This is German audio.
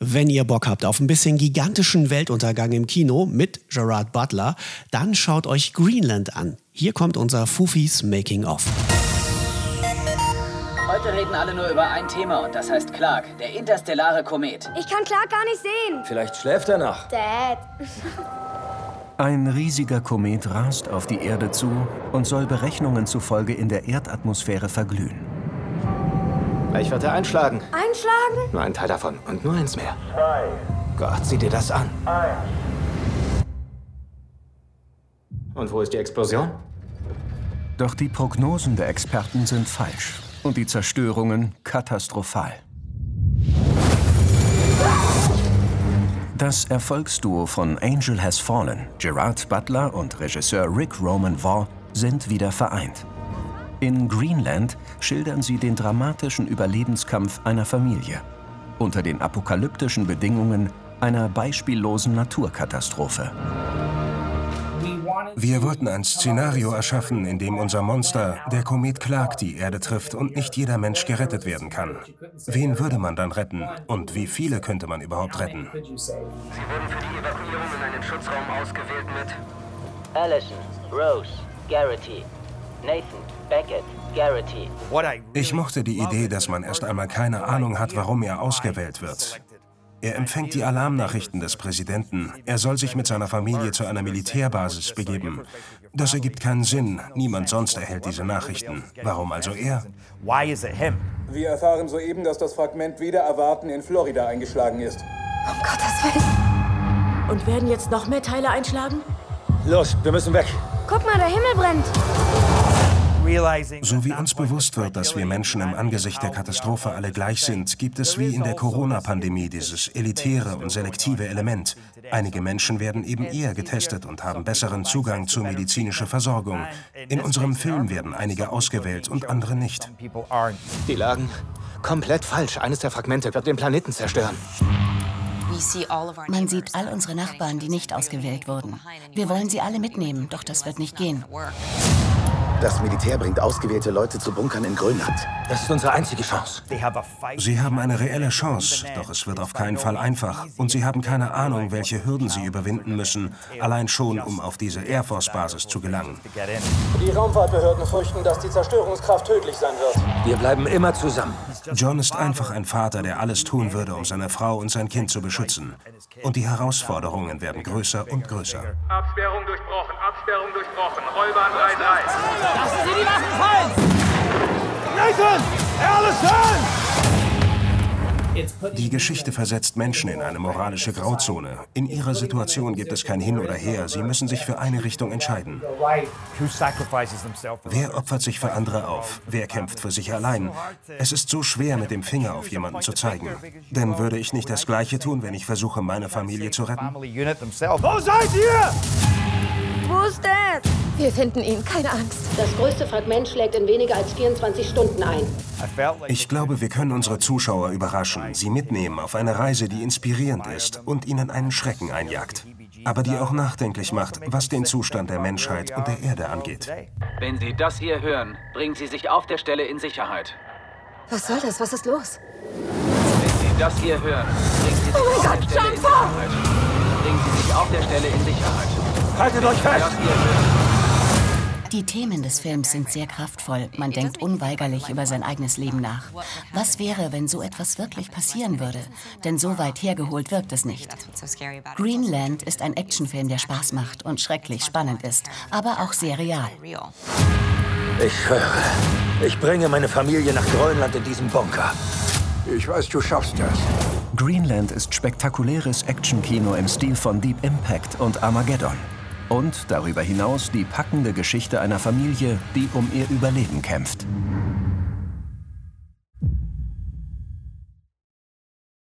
Wenn ihr Bock habt auf ein bisschen gigantischen Weltuntergang im Kino mit Gerard Butler, dann schaut euch Greenland an. Hier kommt unser Fufis Making of. Heute reden alle nur über ein Thema und das heißt Clark, der interstellare Komet. Ich kann Clark gar nicht sehen. Vielleicht schläft er noch. Dad. Ein riesiger Komet rast auf die Erde zu und soll Berechnungen zufolge in der Erdatmosphäre verglühen. Gleich wird er einschlagen. Ah. Einschlagen? Nur ein Teil davon und nur eins mehr. Gott, sieh dir das an. Und wo ist die Explosion? Doch die Prognosen der Experten sind falsch und die Zerstörungen katastrophal. Das Erfolgsduo von Angel Has Fallen, Gerard Butler und Regisseur Rick Roman Vaughn, sind wieder vereint. In Greenland schildern sie den dramatischen Überlebenskampf einer Familie unter den apokalyptischen Bedingungen einer beispiellosen Naturkatastrophe. Wir wollten ein Szenario erschaffen, in dem unser Monster, der Komet Clark, die Erde trifft und nicht jeder Mensch gerettet werden kann. Wen würde man dann retten und wie viele könnte man überhaupt retten? Sie wurden für die Evakuierung in einen Schutzraum ausgewählt mit Allison, Rose, Garrity, Nathan, Beckett, Garrity. Ich mochte die Idee, dass man erst einmal keine Ahnung hat, warum er ausgewählt wird. Er empfängt die Alarmnachrichten des Präsidenten. Er soll sich mit seiner Familie zu einer Militärbasis begeben. Das ergibt keinen Sinn. Niemand sonst erhält diese Nachrichten. Warum also er? Why is it him? Wir erfahren soeben, dass das Fragment wieder erwarten in Florida eingeschlagen ist. Um Gottes Willen. Und werden jetzt noch mehr Teile einschlagen? Los, wir müssen weg. Guck mal, der Himmel brennt. So wie uns bewusst wird, dass wir Menschen im Angesicht der Katastrophe alle gleich sind, gibt es wie in der Corona-Pandemie dieses elitäre und selektive Element. Einige Menschen werden eben eher getestet und haben besseren Zugang zu medizinischer Versorgung. In unserem Film werden einige ausgewählt und andere nicht. People aren't. Die lagen komplett falsch. Eines der Fragmente wird den Planeten zerstören. Man sieht all unsere Nachbarn, die nicht ausgewählt wurden. Wir wollen sie alle mitnehmen, doch das wird nicht gehen. Das Militär bringt ausgewählte Leute zu Bunkern in Grönland. Das ist unsere einzige Chance. They have a fight. Sie haben eine reelle Chance, doch es wird auf keinen Fall einfach. Und sie haben keine Ahnung, welche Hürden sie überwinden müssen, allein schon, um auf diese Air Force-Basis zu gelangen. to get in. Die Raumfahrtbehörden fürchten, dass die Zerstörungskraft tödlich sein wird. Wir bleiben immer zusammen. John ist einfach ein Vater, der alles tun würde, um seine Frau und sein Kind zu beschützen. Und die Herausforderungen werden größer und größer. Absperrung durchbrochen, Absperrung durchbrochen, Rollbahn 3-3. Die Geschichte versetzt Menschen in eine moralische Grauzone. In ihrer Situation gibt es kein Hin oder Her. Sie müssen sich für eine Richtung entscheiden. Who sacrifices himself for Wer opfert sich für andere auf? Wer kämpft für sich allein? Es ist so schwer, mit dem Finger auf jemanden zu zeigen. Denn würde ich nicht das Gleiche tun, wenn ich versuche, meine Familie zu retten? family unit themselves? Wo ist Dad? Wir finden ihn, keine Angst. Das größte Fragment schlägt in weniger als 24 Stunden ein. I felt like Ich glaube, wir können unsere Zuschauer überraschen, sie mitnehmen auf eine Reise, die inspirierend ist und ihnen einen Schrecken einjagt. Aber die auch nachdenklich macht, was den Zustand der Menschheit und der Erde angeht. Wenn Sie das hier hören, bringen Sie sich auf der Stelle in Sicherheit. Was soll das? Was ist los? Wenn Sie das hier hören, bringen Sie sich Oh mein auf der Gott, Stelle in Jumper! Sicherheit. Bringen Sie sich auf der Stelle in Sicherheit. Haltet euch fest! Das hier hören. Die Themen des Films sind sehr kraftvoll. Man denkt unweigerlich über sein eigenes Leben nach. Was wäre, wenn so etwas wirklich passieren würde? Denn so weit hergeholt wirkt es nicht. Greenland ist ein Actionfilm, der Spaß macht und schrecklich spannend ist, aber auch sehr real. Ich höre. Ich bringe meine Familie nach Grönland in diesem Bunker. Ich weiß, du schaffst das. Greenland ist spektakuläres Actionkino im Stil von Deep Impact und Armageddon. Und darüber hinaus die packende Geschichte einer Familie, die um ihr Überleben kämpft.